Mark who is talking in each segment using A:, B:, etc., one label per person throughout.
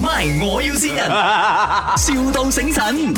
A: MY，我要先人，,笑到醒神。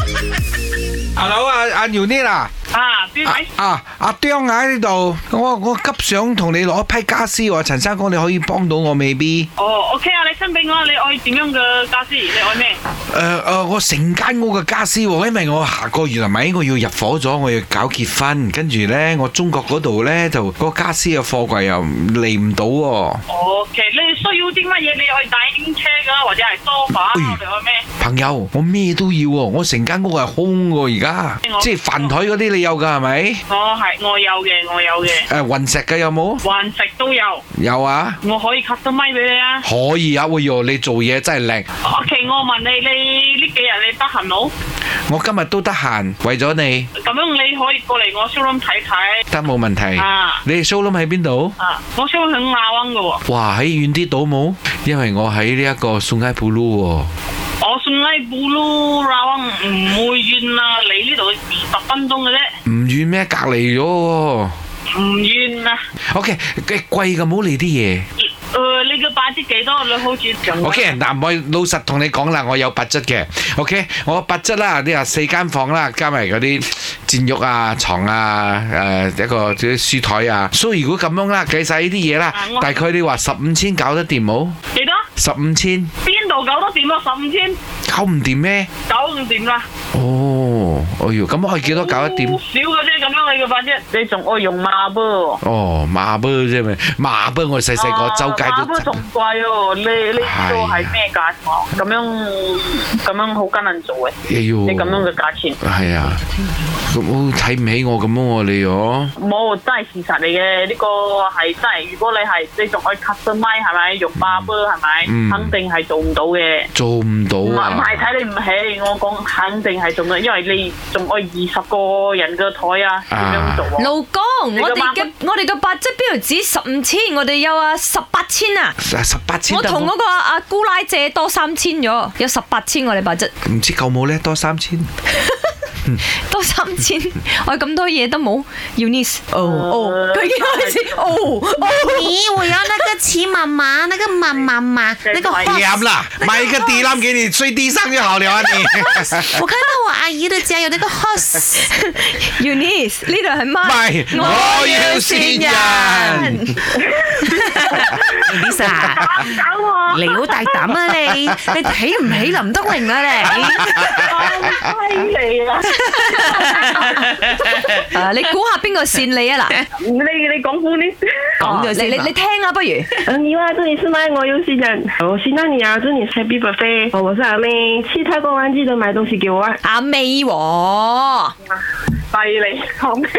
B: Hello 啊啊 u n i 啊
C: 啊，邊位？
B: 啊阿張喺呢度，我我急想同你攞一批家私喎，陳生講你可以幫到我未必？
C: 哦，OK à, 啊，你分俾我，你愛點樣嘅家私？你愛咩？
B: 誒、誒、呃我成間屋嘅家私喎，因為我下個月係咪我要入伙咗，我要搞結婚，跟住呢，我中國嗰度呢，就嗰個家私嘅貨櫃又嚟唔到喎。
C: 哦，其實你需要啲乜嘢？你愛大英車噶，或者係 sofa，
B: 哎
C: 你愛咩？
B: 朋友，我咩都要喎，我成間屋係空喎而家，即係飯台嗰啲你有㗎係咪？誒、
C: 我係我有嘅，我有嘅，
B: 雲石嘅有冇？
C: 還食都有，
B: 有啊，
C: 我可以 cut 咪俾你啊。
B: 可以啊，喂呦，你做嘢真係靚。
C: à. OK，我問你，你呢幾日你得閒冇？
B: 我今日都得閒，為咗你
C: 咁樣你可以過嚟我 showroom 睇睇。
B: 得冇問題。
C: 啊
B: 你哋 show room 喺邊度？
C: 啊，我 showroom 喺亞灣嘅喎，
B: 哇，喺遠啲到冇，因為我喺呢一個宋街普魯
C: 我送你布魯亞灣唔會遠啦，你呢度二十分鐘嘅啫，
B: 喎，唔遠咩？隔離咗喎。
C: 唔遠啊。
B: OK，嘅貴嘅冇嚟啲嘢。
C: 誒，呃你嘅八折幾多？你好似仲
B: OK，嗱，我老實同你講啦，我有八質嘅。OK，我八質啦，你話四間房啦，加埋嗰啲墊褥啊、床啊、誒、一個啲書台啊。所以如果咁樣啦，計晒呢啲嘢啦
C: 啊，我
B: 大概你話十五千搞得掂冇？
C: 幾多？
B: 十五千
C: 邊度搞得掂啊？十五千
B: 搞唔掂咩？
C: 搞唔掂啦，
B: 哦，哎呦，咁我係幾多搞一點
C: 啊好？少嘅啫，咁樣你嘅八折，你仲愛用馬噃？
B: 哦，馬波啫嘛，馬波我細細個周街
C: 馬波
B: 都
C: 仲貴喎，你呢個係咩價錢？咁樣咁樣好艱難做嘅，
B: 哎呦，
C: 你咁樣嘅價錢，
B: 係啊，咁好睇唔起我咁樣喎你哦，
C: 冇真係事實嚟嘅，呢個係真係。如果你係你仲愛 cut 咪係咪？用馬波係咪？
B: 嗯
C: 肯定係做唔到嘅。
B: 做唔到
C: 唔係唔
B: 啊！
C: 係睇你唔起，我講肯定係仲嘅，因為你仲有二十個人嘅台啊，點樣做啊？
D: 老公，
C: 你
D: 我
C: 個
D: 哋嘅我哋嘅八即邊度止十五千，我哋有啊十八千啊！
B: 十八千
D: 我
B: 得
D: 同
B: 冇
D: 嗰個阿阿姑奶借多三千咗，有十八千我哋八即
B: 唔知夠冇咧，多三千。
D: 多三千，我咁多嘢都冇。Eunice，哦哦，佢已經開始哦哦，
E: 咦，我要那个骑妈妈，那个妈妈 妈，那个 horse
B: 啱啦，买一个地冧给你，睡地上就好了啊你。
E: 我看到我阿姨的家有那个 horse，
D: Eunice 呢度係咪？
B: 咪我要先人。
E: Lisa，
C: 搞我
E: 你好大胆啊你，你睇唔起林德榮啊你？
C: 咁犀利啊！
D: 啊你估下邊個善你啊嗱？
C: 你你講好啲，
E: 講咗先
D: 你
E: 吧
D: 你你聽啊，不如
F: 嗯，你好，这里是麦我有新人，我新到你啊，祝你 Happy Birthday！哦我是阿妹，去泰国玩记得买东西给我啊。
D: 阿哦美 喎。
C: 犀利講咩？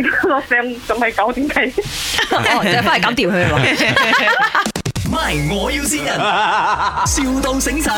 C: 你嗰個 Sam 仲係九點幾？
D: 哦，就翻嚟搞掂佢喎。
A: MY，我要先人，,笑到醒神。